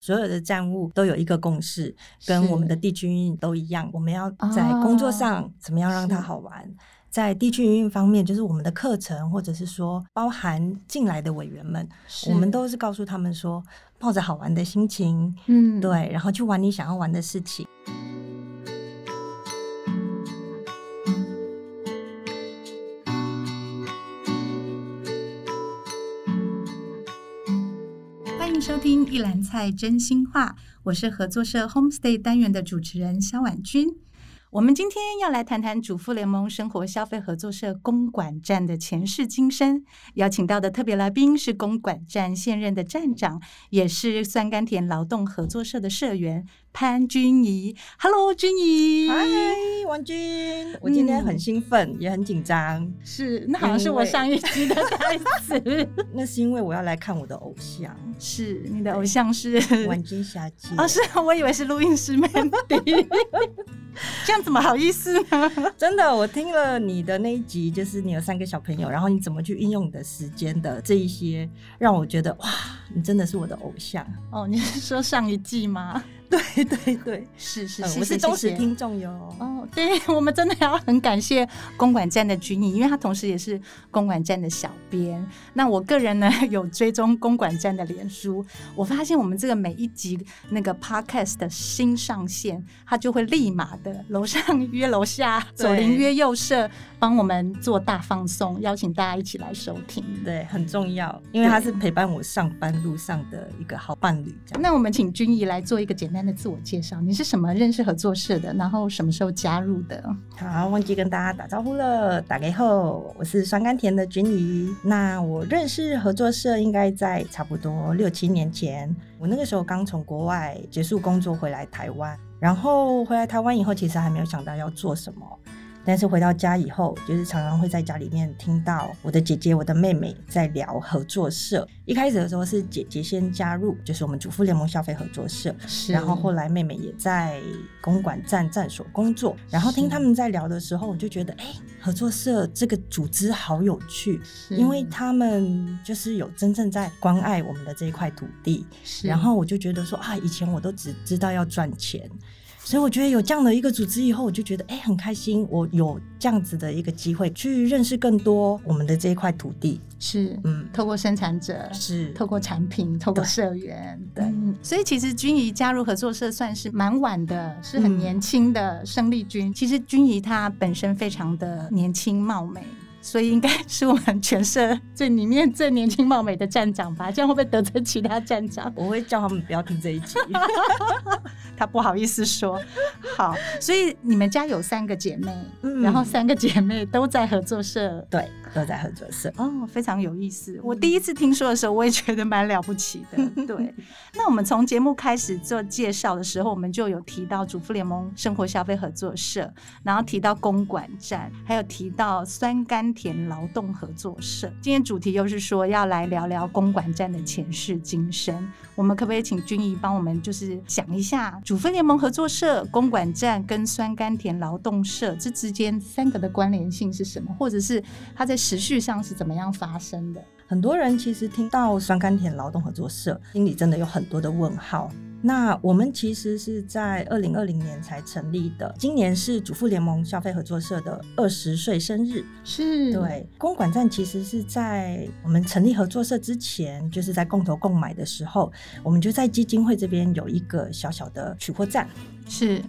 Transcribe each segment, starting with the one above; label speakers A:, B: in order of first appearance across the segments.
A: 所有的站务都有一个共识，跟我们的地区运营都一样，我们要在工作上怎么样让它好玩。在地区营运方面，就是我们的课程，或者是说包含进来的委员们，我们都是告诉他们说，抱着好玩的心情，
B: 嗯，
A: 对，然后去玩你想要玩的事情。
B: 欢迎收听一篮菜真心话，我是合作社 Homestay 单元的主持人肖婉君。我们今天要来谈谈主妇联盟生活消费合作社公馆站的前世今生。邀请到的特别来宾是公馆站现任的站长，也是酸甘甜劳动合作社的社员潘君怡。Hello，君怡。
A: 嗨，王君，我今天很兴奋，也很紧张，
B: 是，那好像是我上一集的台词。
A: 那是因为我要来看我的偶像
B: 是，你的偶像是
A: 王君小姐。
B: 嗯哦，是我以为是录音师 Mandy，这样怎么好意思呢？
A: 真的，我听了你的那一集，就是你有三个小朋友，然后你怎么去运用你的时间的这一些，让我觉得哇，你真的是我的偶 像。
B: 哦，你是说上一季吗？
A: 对对对，
B: 是是，
A: 呃
B: 谢
A: 我
B: 谢
A: 是忠实。
B: 谢谢
A: 听众哟。
B: 哦，对，我们真的要很感谢公馆站的君怡，因为她同时也是公馆站的小编。那我个人呢，有追踪公馆站的脸书，我发现我们这个每一集那个 podcast 的新上线，它就会立马的楼上 约楼下，
A: 对
B: 左邻约右舍，帮我们做大放送，邀请大家一起来收听。
A: 对，很重要，因为他是陪伴我上班路上的一个好伴侣。这样，
B: 那我们请君怡来做一个简单的自我介绍，你是什么认识合作社的，然后什么时候加入的？
A: 好，忘记跟大家打招呼了。打给后，我是酸甘甜的君怡。那我认识合作社应该在差不多六七年前，我那个时候刚从国外结束工作回来台湾，然后回来台湾以后，其实还没有想到要做什么。但是回到家以后，就是常常会在家里面听到我的姐姐、我的妹妹在聊合作社。一开始的时候是姐姐先加入，就是我们主妇联盟消费合作社，
B: 是
A: 然后后来妹妹也在公馆站站所工作，然后听他们在聊的时候，我就觉得，哎、合作社这个组织好有趣，因为他们就是有真正在关爱我们的这一块土地。
B: 是，
A: 然后我就觉得说啊，以前我都只知道要赚钱，所以我觉得有这样的一个组织以后，我就觉得哎、很开心，我有这样子的一个机会去认识更多我们的这一块土地。
B: 是
A: 嗯，
B: 透过生产者，
A: 是
B: 透过产品，透过社员，
A: 对
B: 嗯所以其实君怡加入合作社算是蛮晚的，是很年轻的生力军。其实君怡她本身非常的年轻貌美。所以应该是我们全社最里面最年轻貌美的站长吧？这样会不会得罪其他站长？
A: 我会叫他们不要听这 一集。
B: 他不好意思说。好，所以你们家有三个姐妹，
A: 嗯
B: 然后三个姐妹都在合作社
A: 对，都在合作社。
B: 哦，非常有意思。我第一次听说的时候，我也觉得蛮了不起的。对，那我们从节目开始做介绍的时候，我们就有提到主妇联盟生活消费合作社，然后提到公馆站，还有提到酸甘甜劳动合作社。今天主题又是说要来聊聊公馆站的前世今生。我们可不可以请君怡帮我们就是讲一下主妇联盟合作社、公馆站跟酸甘甜劳动社这之间三个的关联性是什么，或者是它在时序上是怎么样发生的？
A: 很多人其实听到酸甘甜劳动合作社，心里真的有很多的问号。那我们其实是在二零二零年才成立的，今年是主妇联盟消费合作社的二十岁生日。
C: 嗯
B: 是，
A: 对，公馆站其实是在我们成立合作社之前，就是在共投共买的时候，我们就在基金会这边有一个小小的取货站，
B: 是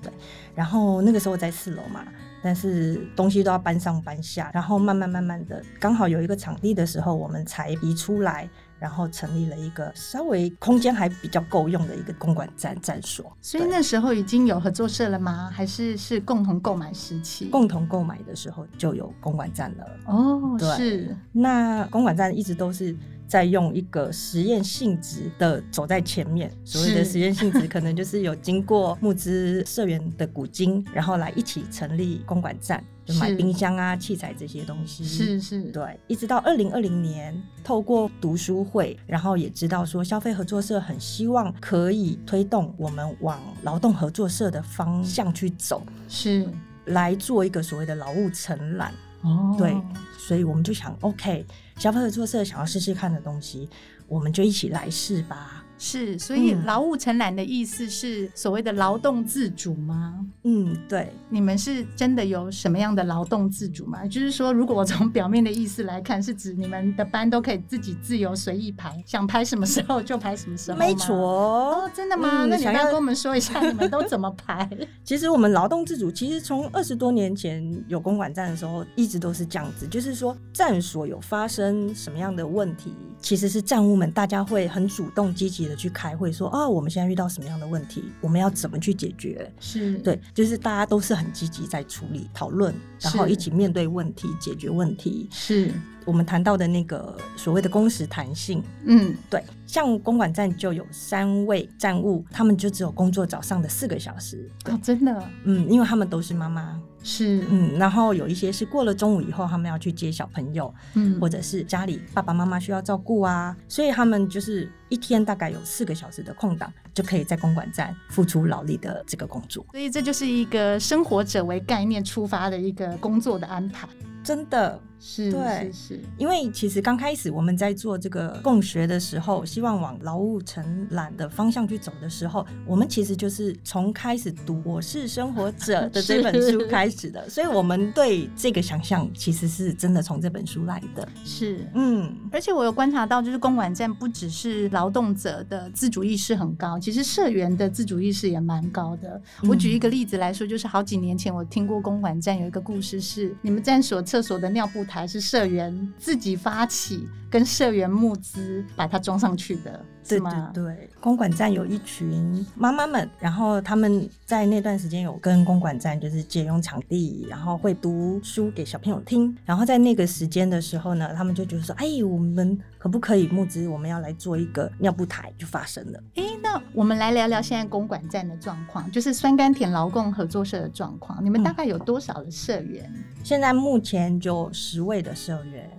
A: 然后那个时候在四楼嘛，但是东西都要搬上搬下，然后慢慢慢慢的，刚好有一个场地的时候，我们才移出来，然后成立了一个稍微空间还比较够用的一个公馆站站所，
B: 所以那时候已经有合作社了吗？还是是共同购买时期？
A: 共同购买的时候就有公馆站了。
B: 哦，
A: 对
B: 是
A: 那公馆站一直都是在用一个实验性质的走在前面，所谓的
B: 是
A: 实验性质可能就是有经过募资社员的股金，然后来一起成立公馆站，就买
B: 是
A: 冰箱啊、器材这些东西。
B: 是是，
A: 嗯对，一直到二零二零年，透过读书会，然后也知道说消费合作社很希望可以推动我们往劳动合作社的方向去走，
B: 是
A: 来做一个所谓的劳务承揽。
B: 哦，
A: 对所以我们就想，OK，消费合作社想要试试看的东西，我们就一起来试吧。
B: 是，所以
A: 嗯
B: 劳务承揽的意思是所谓的劳动自主吗？
A: 嗯，对，
B: 你们是真的有什么样的劳动自主吗？就是说，如果我从表面的意思来看，是指你们的班都可以自己自由随意排，想排什么时候就排什么时候吗
A: 没。错
B: 哦，。真的吗？
A: 嗯
B: 那你要
A: 想
B: 不要
A: 要
B: 跟我们说一 下你们都怎么排？
A: 其实我们劳动自主，其实从二十多年前有公管站的时候，一直都是这样子，就是说站所有发生什么样的问题，其实是站务们大家会很主动积极的去开会说，啊，我们现在遇到什么样的问题，我们要怎么去解决。
B: 是，
A: 对，就是大家都是很积极在处理、讨论，然后
B: 是
A: 一起面对问题、解决问题。
B: 是，
A: 我们谈到的那个所谓的工时弹性，
B: 嗯，
A: 对，像公馆站就有三位站务，他们就只有工作早上的四个小时。对
B: 哦，真的
A: 嗯，因为他们都是妈妈，
B: 是，
A: 嗯，然后有一些是过了中午以后，他们要去接小朋友，
B: 嗯
A: 或者是家里爸爸妈妈需要照顾啊，所以他们就是一天大概有四个小时的空档，就可以在公馆站付出劳力的这个工作。
B: 所以这就是一个生活者为概念出发的一个工作的安排。
A: 真的，
B: 是，
A: 对
B: 是是，
A: 因为其实刚开始我们在做这个共学的时候，希望往劳务承揽的方向去走的时候，我们其实就是从开始读《我是生活者》的这本
B: 是
A: 书开始的，所以我们对这个想象其实是真的从这本书来的。
B: 是。
A: 嗯，
B: 而且我有观察到，就是公管站不只是劳动者的自主意识很高，其实社员的自主意识也蛮高的。
A: 嗯
B: 我举一个例子来说，就是好几年前我听过公管站有一个故事是，你们站所厕所的尿布台是社员自己发起跟社员募资把它装上去的，
A: 对对
B: 是吗？
A: 对，公馆站有一群妈妈们，然后他们在那段时间有跟公馆站就是借用场地，然后会读书给小朋友听。然后在那个时间的时候呢，他们就觉得说，哎，我们可不可以募资？我们要来做一个尿布台，就发生了。
B: 诶，那我们来聊聊现在公管站的状况，就是酸甘甜劳共合作社的状况。你们
A: 嗯
B: 大概有多少的社员？
A: 现在目前就十位的社员，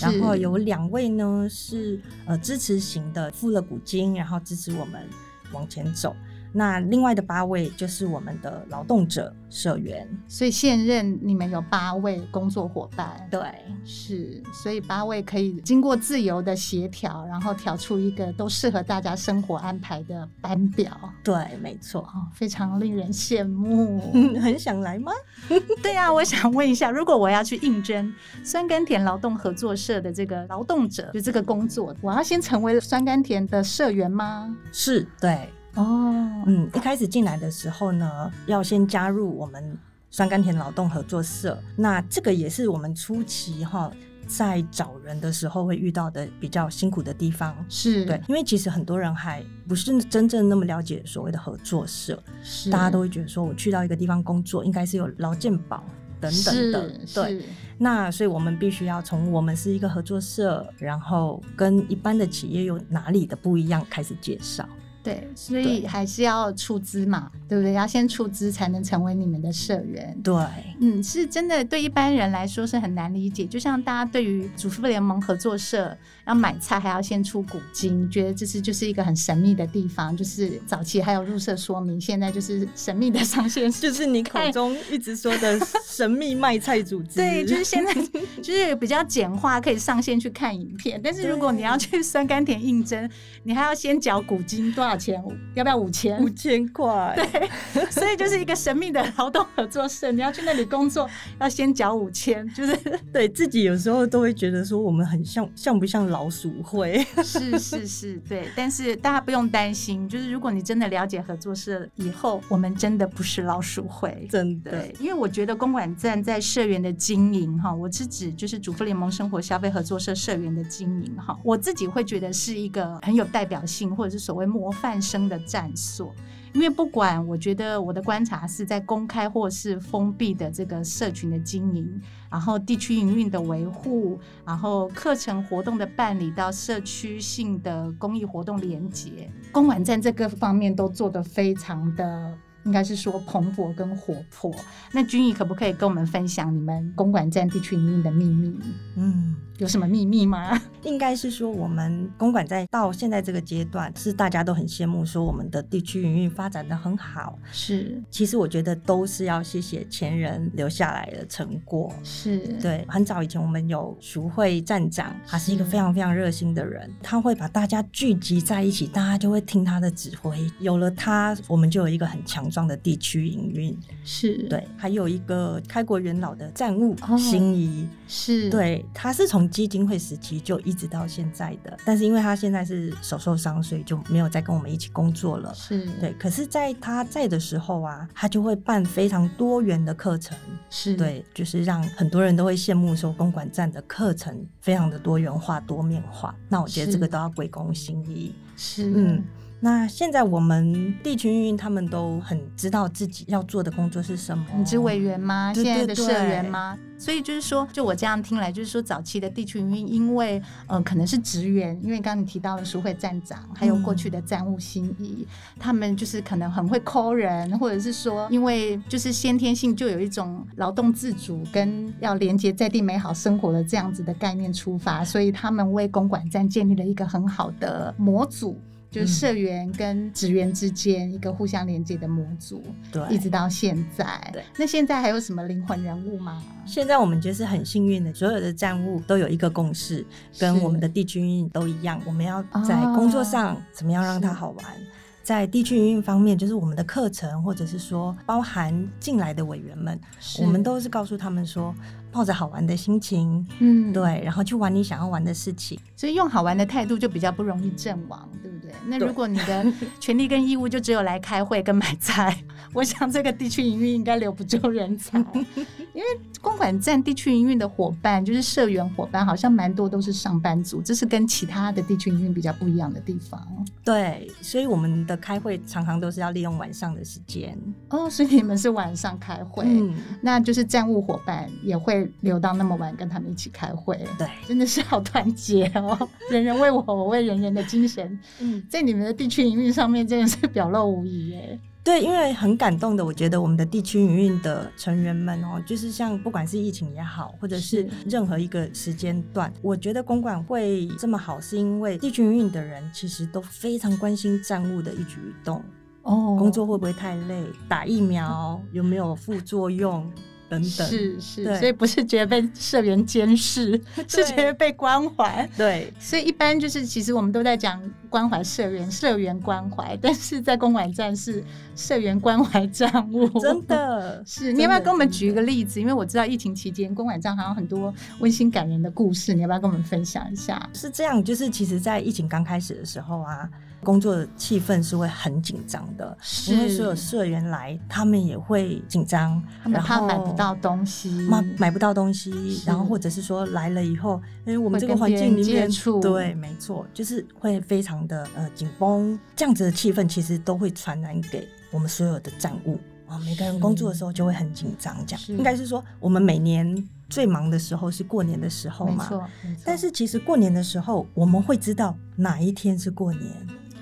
A: 然后
B: 是
A: 有两位呢是呃支持型的，付了股金，然后支持我们往前走。那另外的八位就是我们的劳动者社员，
B: 所以现任你们有八位工作伙伴，
A: 对。
B: 是，所以八位可以经过自由的协调，然后调出一个都适合大家生活安排的班表，
A: 对，没错。
B: 哦，非常令人羡慕。
A: 很想来吗？
B: 对啊，我想问一下，如果我要去应征酸甘甜劳动合作社的这个劳动者，就这个工作，我要先成为酸甘甜的社员吗？
A: 是对，
B: 哦，
A: 嗯，一开始进来的时候呢，要先加入我们酸甘甜劳动合作社。那这个也是我们初期哈在找人的时候会遇到的比较辛苦的地方。
B: 是，
A: 对，，因为其实很多人还不是真正那么了解所谓的合作社，
B: 是，
A: 大家都会觉得说我去到一个地方工作，应该是有劳健保等等的，
B: 是
A: 对。，
B: 是
A: 那所以我们必须要从我们是一个合作社，然后跟一般的企业有哪里的不一样开始介绍。
B: 对，所以还是要出资嘛，对不对？要先出资才能成为你们的社员。
A: 对，
B: 嗯，是真的，对一般人来说是很难理解。就像大家对于主妇联盟合作社要买菜还要先出股金，觉得这是就是一个很神秘的地方，就是早期还有入社说明，现在就是神秘的 上线是。
A: 就是你
B: 哎
A: 口中一直说的神秘卖菜组织。
B: 对，就是现在就是比较简化，可以上线去看影片。但是如果你要去酸甘甜 应征，你还要先缴股金多少钱？要不要五 千？
A: 五千块。对，
B: 所以就是一个神秘的劳动合作社，你要去那里工作，要先缴五千，就是
A: 自己有时候都会觉得说我们很像，像不像老鼠会？
B: 是是是，对。但是大家不用担心，就是如果你真的了解合作社以后，我们真的不是老鼠会。
A: 真的
B: 对，，因为我觉得公馆站在社员的经营哈，我是指就是主妇联盟生活消费合作社社员的经营哈，我自己会觉得是一个很有代表性或者是所谓模范生的站所。因为不管我觉得我的观察是在公开或是封闭的这个社群的经营，然后地区营运的维护，然后课程活动的办理到社区性的公益活动连接，公馆站这个方面都做得非常的。应该是说蓬勃跟活泼。那君怡可不可以跟我们分享你们公馆站地区营运的秘密？
A: 嗯。
B: 有什么秘密吗？
A: 应该是说我们公馆在到现在这个阶段，是大家都很羡慕，说我们的地区营运发展的很好。
C: 是
A: 其实我觉得都是要谢谢前人留下来的成果。
C: 是，
A: 对，很早以前我们有淑慧站长，他是一个非常非常热心的人，他会把大家聚集在一起，大家就会听他的指挥。有了他，我们就有一个很强壮的地区营运。
C: 是，，
A: 对，还有一个开国元老的站务
C: 哦
A: 心仪，
C: 是，，
A: 对，他是从基金会时期就一直到现在的，但是因为他现在是手受伤，所以就没有再跟我们一起工作了。
C: 是，
A: 对，可是，在他在的时候啊，他就会办非常多元的课程，
C: 是，，
A: 对，就是让很多人都会羡慕说公馆站的课程非常的多元化、多面化。那我觉得这个
C: 是
A: 都要归功心意。
C: 是，
A: 嗯，那现在我们地区运营他们都很知道自己要做的工作是什么。
C: 你是委员吗？
A: 哦对
C: 现在
A: 对
C: 的社员
A: 对
C: 吗？所以就是说，就我这样听来，就是说早期的地区营运，因为呃可能是职员，因为刚刚你提到了淑慧站长，还有过去
A: 嗯
C: 的站务心仪，他们就是可能很会抠人，或者是说，因为就是先天性就有一种劳动自主跟要连接在地美好生活的这样子的概念出发，所以他们为公馆站建立了一个很好的模组。
A: 嗯
C: 就是社员跟职员之间一个互相连接的模组，
A: 对，
C: 一直到现在。
A: 对，
C: 那现在还有什么灵魂人物吗？
A: 现在我们就是很幸运的，所有的站务都有一个共识，跟
C: 是
A: 我们的地区运营都一样，我们要在工作上怎么样让它好玩。
C: 哦
A: 在地区营运方面，就是我们的课程，或者是说包含进来的委员们，
C: 是
A: 我们都是告诉他们说，抱着好玩的心情，
C: 嗯，
A: 对，然后去玩你想要玩的事情。
C: 所以用好玩的态度就比较不容易阵亡，对不对？那
A: 对
C: 如果你的 权利跟义务就只有来开会跟买菜， 我想这个地区营运应该留不住人才，因为公馆站地区营运的伙伴就是社员伙伴，好像蛮多都是上班族，这是跟其他的地区营运比较不一样的地方
A: 对，所以我们的开会常常都是要利用晚上的时间。
C: 哦。所以你们是晚上开会。
A: 嗯，
C: 那就是站务伙伴也会留到那么晚跟他们一起开会，
A: 对，
C: 真的是好团结哦！人人为我，我为人人的精神，
A: 嗯。
C: 在你们的地区营运上面真的是表露无遗耶。
A: 对，因为很感动的，我觉得我们的地区营运的成员们哦，就是像不管是疫情也好，或者是
C: 是
A: 任何一个时间段，我觉得公馆会这么好，是因为地区营运的人其实都非常关心站务的一举一动，
C: 哦
A: 工作会不会太累，打疫苗有没有副作用等等。
C: 是是，
A: 对
C: 所以不是觉得被社员监视， 是觉得被关怀。
A: 对，
C: 所以一般就是，其实我们都在讲关怀社员，社员关怀，但是在公馆站是社员关怀站务，
A: 真的
C: 是，你要不要
A: 真的
C: 跟我们
A: 真的
C: 举一个例子？因为我知道疫情期间公馆站好像很多温馨感人的故事，你要不要跟我们分享一下？
A: 是这样，就是其实，在疫情刚开始的时候啊，工作气氛是会很紧张的，
C: 是
A: 因为所有社员来，他们也会紧张，
C: 他们怕
A: 然后
C: 买不到东西，
A: 买买不到东西，
C: 是
A: 然后或者是说来了以后，因为我们
C: 会
A: 这个
C: 跟
A: 环
C: 别人
A: 境里面
C: 接触
A: 对，没错，就是会非常的呃紧绷，这样子的气氛其实都会传染给我们所有的站务啊，每个人
C: 是
A: 工作的时候就会很紧张，这样
C: 是
A: 应该是说我们每年最忙的时候是过年的时候
C: 没
A: 嘛，
C: 错，没错
A: 但是其实过年的时候，我们会知道哪一天是过年。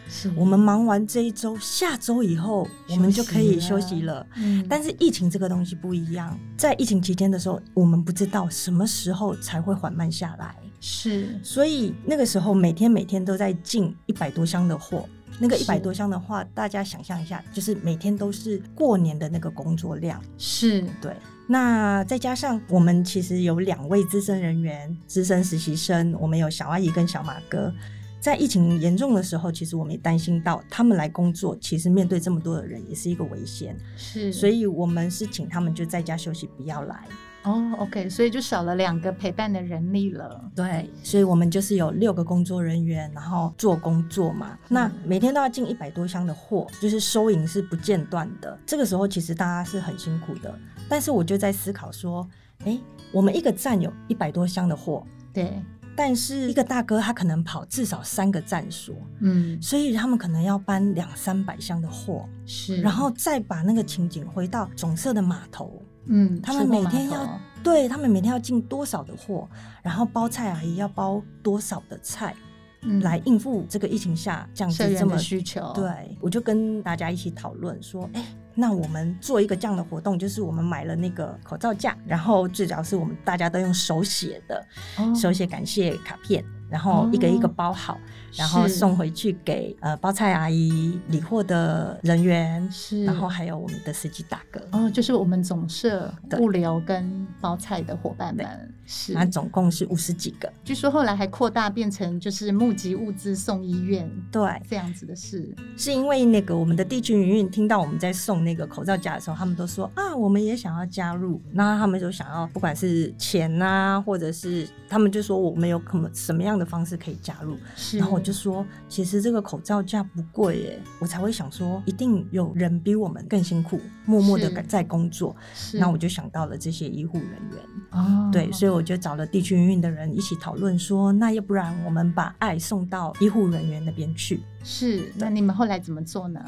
C: 是
A: 我们忙完这一周，下周以后我们就可以休
C: 休息
A: 息
C: 了
A: 了。
C: 嗯
A: 但是疫情这个东西不一样，在疫情期间的时候，我们不知道什么时候才会缓慢下来，
C: 是
A: 所以那个时候每天每天都在进一百多箱的货。那个
C: 是
A: 一百多箱的话，大家想象一下，就是每天都是过年的那个工作量。
C: 是
A: 对，那再加上我们其实有两位资深人员、资深实习生，我们有小阿姨跟小马哥。在疫情严重的时候，其实我们也担心到他们来工作，其实面对这么多的人也是一个危险，
C: 是，
A: 所以我们是请他们就在家休息，不要来。
C: 哦，OK，所以就少了两个陪伴的人力了。
A: 对，所以我们就是有六个工作人员，然后做工作嘛。那每天都要进一百多箱的货，就是收银是不间断的。这个时候其实大家是很辛苦的，但是我就在思考说，诶，我们一个站有一百多箱的货，
C: 对，
A: 但是一个大哥他可能跑至少三个站所，
C: 嗯，
A: 所以他们可能要搬两三百箱的货，
C: 是，
A: 然后再把那个情景回到总社的码头。
C: 嗯，
A: 他们
C: 出货
A: 每天
C: 码头
A: 要对他们每天要进多少的货，然后包菜阿姨要包多少的菜，
C: 嗯
A: 来应付这个疫情下这样
C: 社
A: 子这
C: 员
A: 么
C: 的需求，，
A: 对，我就跟大家一起讨论说，哎、那我们做一个这样的活动，就是我们买了那个口罩架，然后最主要是我们大家都用手写的
C: 哦
A: 手写感谢卡片。然后一个一个包好，然后
C: 是
A: 送回去给呃包菜阿姨、理货的人员，
C: 是，
A: 然后还有我们的司机大哥。
C: 哦，就是我们总社
A: 对
C: 物流跟包菜的伙伴们是。
A: 那总共是五十几个，
C: 据说后来还扩大变成就是募集物资送医院
A: 对，
C: 这样子的事，
A: 是因为那个我们的地区云云听到我们在送那个口罩夹的时候，他们都说啊，我们也想要加入。那他们就想要，不管是钱呐、或者是他们就说我们有可能什么样的方式可以加入。
C: 是。
A: 然后我就说，其实这个口罩价不贵耶，我才会想说，一定有人比我们更辛苦，默默的
C: 是
A: 在工作。
C: 是，
A: 那我就想到了这些医护人员，
C: 哦，
A: 对，所以我就找了地区营运的人一起讨论说，那要不然我们把爱送到医护人员那边去。
C: 是。那你们后来怎么做呢？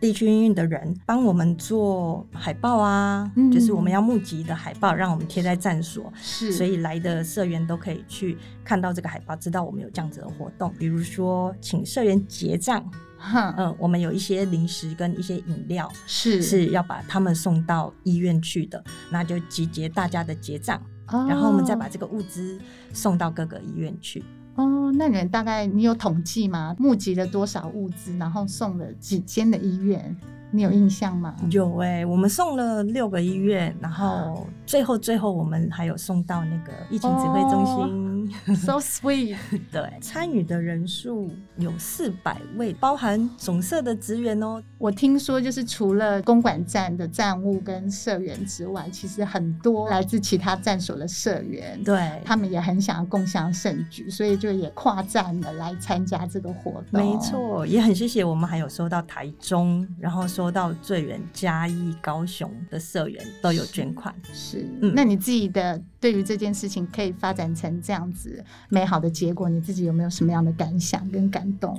A: 地区营运的人帮我们做海报啊，
C: 嗯
A: 就是我们要募集的海报，让我们贴在站所，
C: 是，
A: 所以来的社员都可以去看到这个海报，知道我们有这样子的活动。比如说，请社员结账，
C: 哼，
A: 嗯，我们有一些零食跟一些饮料
C: 是
A: 是要把他们送到医院去的，那就集结大家的结账，
C: 哦
A: 然后我们再把这个物资送到各个医院去。
C: 哦，那你们大概你有统计吗？募集了多少物资，然后送了几间的医院？你有印 象吗？
A: 有哎、我们送了六个医院，然
C: 啊
A: 后最后最后我们还有送到那个疫情指挥中心。
C: So sweet，
A: 对，参与的人数有四百位，包含总社的职员哦。
C: 我听说就是除了公馆站的站务跟社员之外，其实很多来自其他站所的社员，
A: 对，
C: 他们也很想要共享盛举，所以就也跨站了来参加这个活动。
A: 没，错，也很谢谢我们还有收到台中，然后收到最远嘉义、高雄的社员都有捐款。
C: 是。
A: 嗯
C: 那你自己的对于这件事情可以发展成这样子美好的结果，你自己有没有什么样的感想跟感动？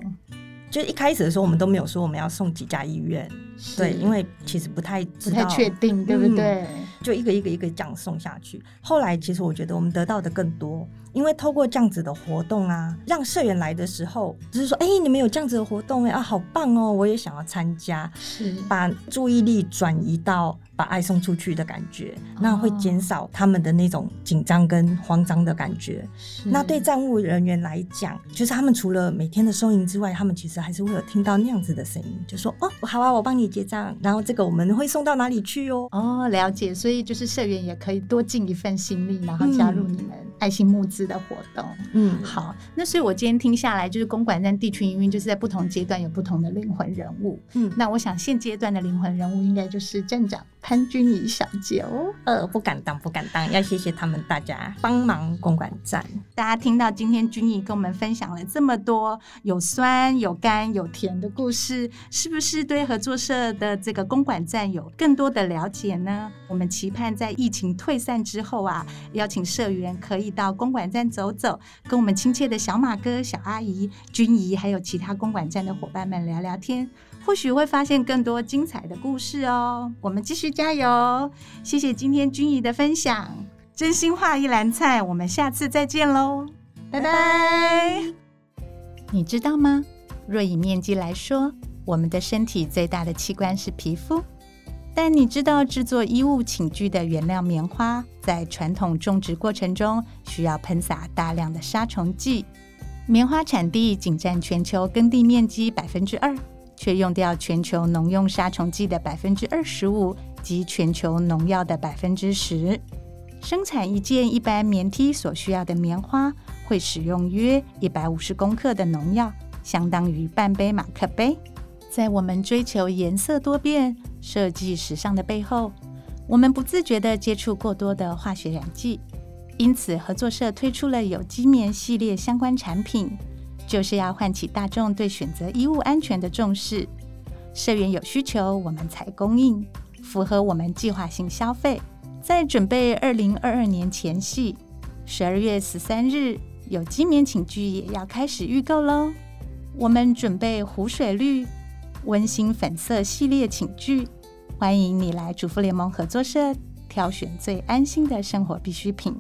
A: 就一开始的时候，我们都没有说我们要送几家医院，对，
C: 是
A: 因为其实不太
C: 不
A: 知
C: 太
A: 道，
C: 确定，对
B: 嗯
C: 不对？
A: 就一个一个一个这样送下去。后来其实我觉得我们得到的更多，因为透过这样子的活动啊，让社员来的时候，就是说，哎、你们有这样子的活动哎、啊，好棒哦，我也想要参加，
C: 是
A: 把注意力转移到把爱送出去的感觉，那会减少他们的那种紧张跟慌张的感觉。
C: 是
A: 那对站务人员来讲，就是他们除了每天的收银之外，他们其实还是会有听到那样子的声音，就说哦，好啊，我帮你结账，然后这个我们会送到哪里去哦。
C: 哦，了解，所以就是社员也可以多尽一份心力，然后加
B: 嗯
C: 入你们爱心募资的活动。
A: 嗯，
C: 好，那所以我今天听下来，就是公馆站地区营运，就是在不同阶段有不同的灵魂人物。
A: 嗯
C: 那我想现阶段的灵魂人物应该就是站长潘君怡小姐哦。
A: 呃，不敢当，不敢当，要谢谢他们大家帮忙公馆站。
B: 大家听到今天君毅跟我们分享了这么多有酸有甘有甜
C: 甜的故事，
B: 是不是对合作社的这个公馆站有更多的了解呢？我们期盼在疫情退散之后啊，邀请社员可以到公馆站走走，跟我们亲切的小马哥、小阿姨、君姨，还有其他公馆站的伙伴们聊聊天，或许会发现更多精彩的故事哦。我们继续加油！谢谢今天君姨的分享，真心话一篮菜，我们下次再见喽，
C: 拜
B: 拜
C: 拜。
B: 拜
C: 你知道吗？若以面积来说，我们的身体最大的器官是皮肤。但你知道制作衣物寝具的原料棉花，在传统种植过程中需要喷洒大量的杀虫剂。棉花产地仅占全球耕地面积百分之二，却用掉全球农用杀虫剂的百分之二十五及全球农药的百分之十。生产一件一般棉 T 所需要的棉花，会使用约一百五十公克的农药，相当于半杯马克杯。在我们追求颜色多变、设计时尚的背后，我们不自觉地接触过多的化学染剂，因此合作社推出了有机棉系列相关产品，就是要唤起大众对选择衣物安全的重视。社员有需求，我们才供应，符合我们计划性消费。在准备二零二二年前夕，十二月十三日有机棉寝具也要开始预购喽。我们准备湖水绿、温馨粉色系列寝具，欢迎你来主妇联盟合作社挑选最安心的生活必需品。